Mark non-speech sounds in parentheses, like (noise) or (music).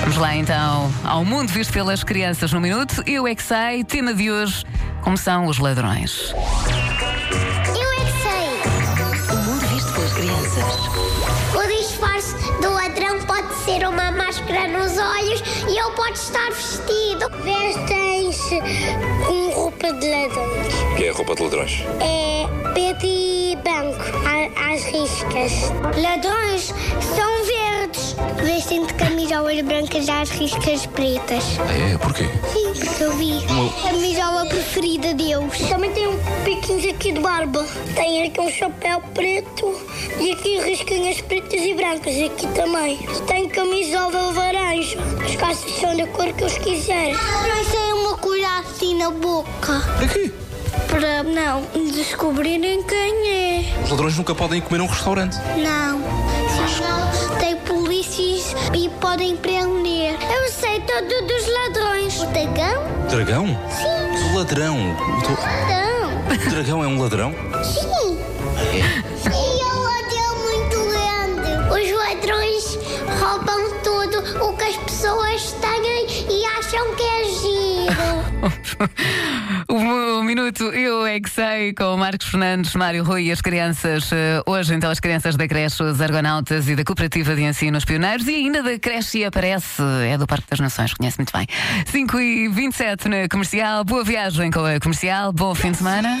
Vamos lá então ao mundo visto pelas crianças no minuto. Eu é que sei, tema de hoje, como são os ladrões. (laughs) Eu é que sei. O mundo visto pelas crianças. O disfarce do ladrão pode ser uma máscara nos olhos e ele pode estar vestido. Vestem-se com roupa de ladrões. que é a roupa de ladrões. É preto e branco, às riscas. Ladrões são verdes. Vestem de camisolas brancas às riscas pretas. É, porquê? Sim, porque eu vi. É Camisola preferida deles. Também tem um piquinhos aqui de barba. Tem aqui um chapéu preto e aqui risquinhas pretas e brancas. Aqui também. Tem camisola laranja. As calças são da cor que eles quiserem. Mas tem é uma coisa assim na boca. Porquê? Para não descobrirem quem é. Os ladrões nunca podem comer num restaurante. Não. Senão tem polícias e podem prender. Eu sei todo dos ladrões. O dragão? Dragão? Sim. Ladrão. Eu tô- Não. O dragão é um ladrão? Sim. E o ladrão muito grande. Os ladrões roubam tudo o que as pessoas têm e acham que é giro. O mu- minuto Eu é que sei, com o Marcos Fernandes, Mário Rui e as crianças. eh, Hoje, então, as crianças da creche, os argonautas e da Cooperativa de Ensino, os pioneiros, e ainda da creche aparece, é do Parque das Nações, conhece muito bem. 5 e 27 na comercial, boa viagem com a comercial, bom fim de semana.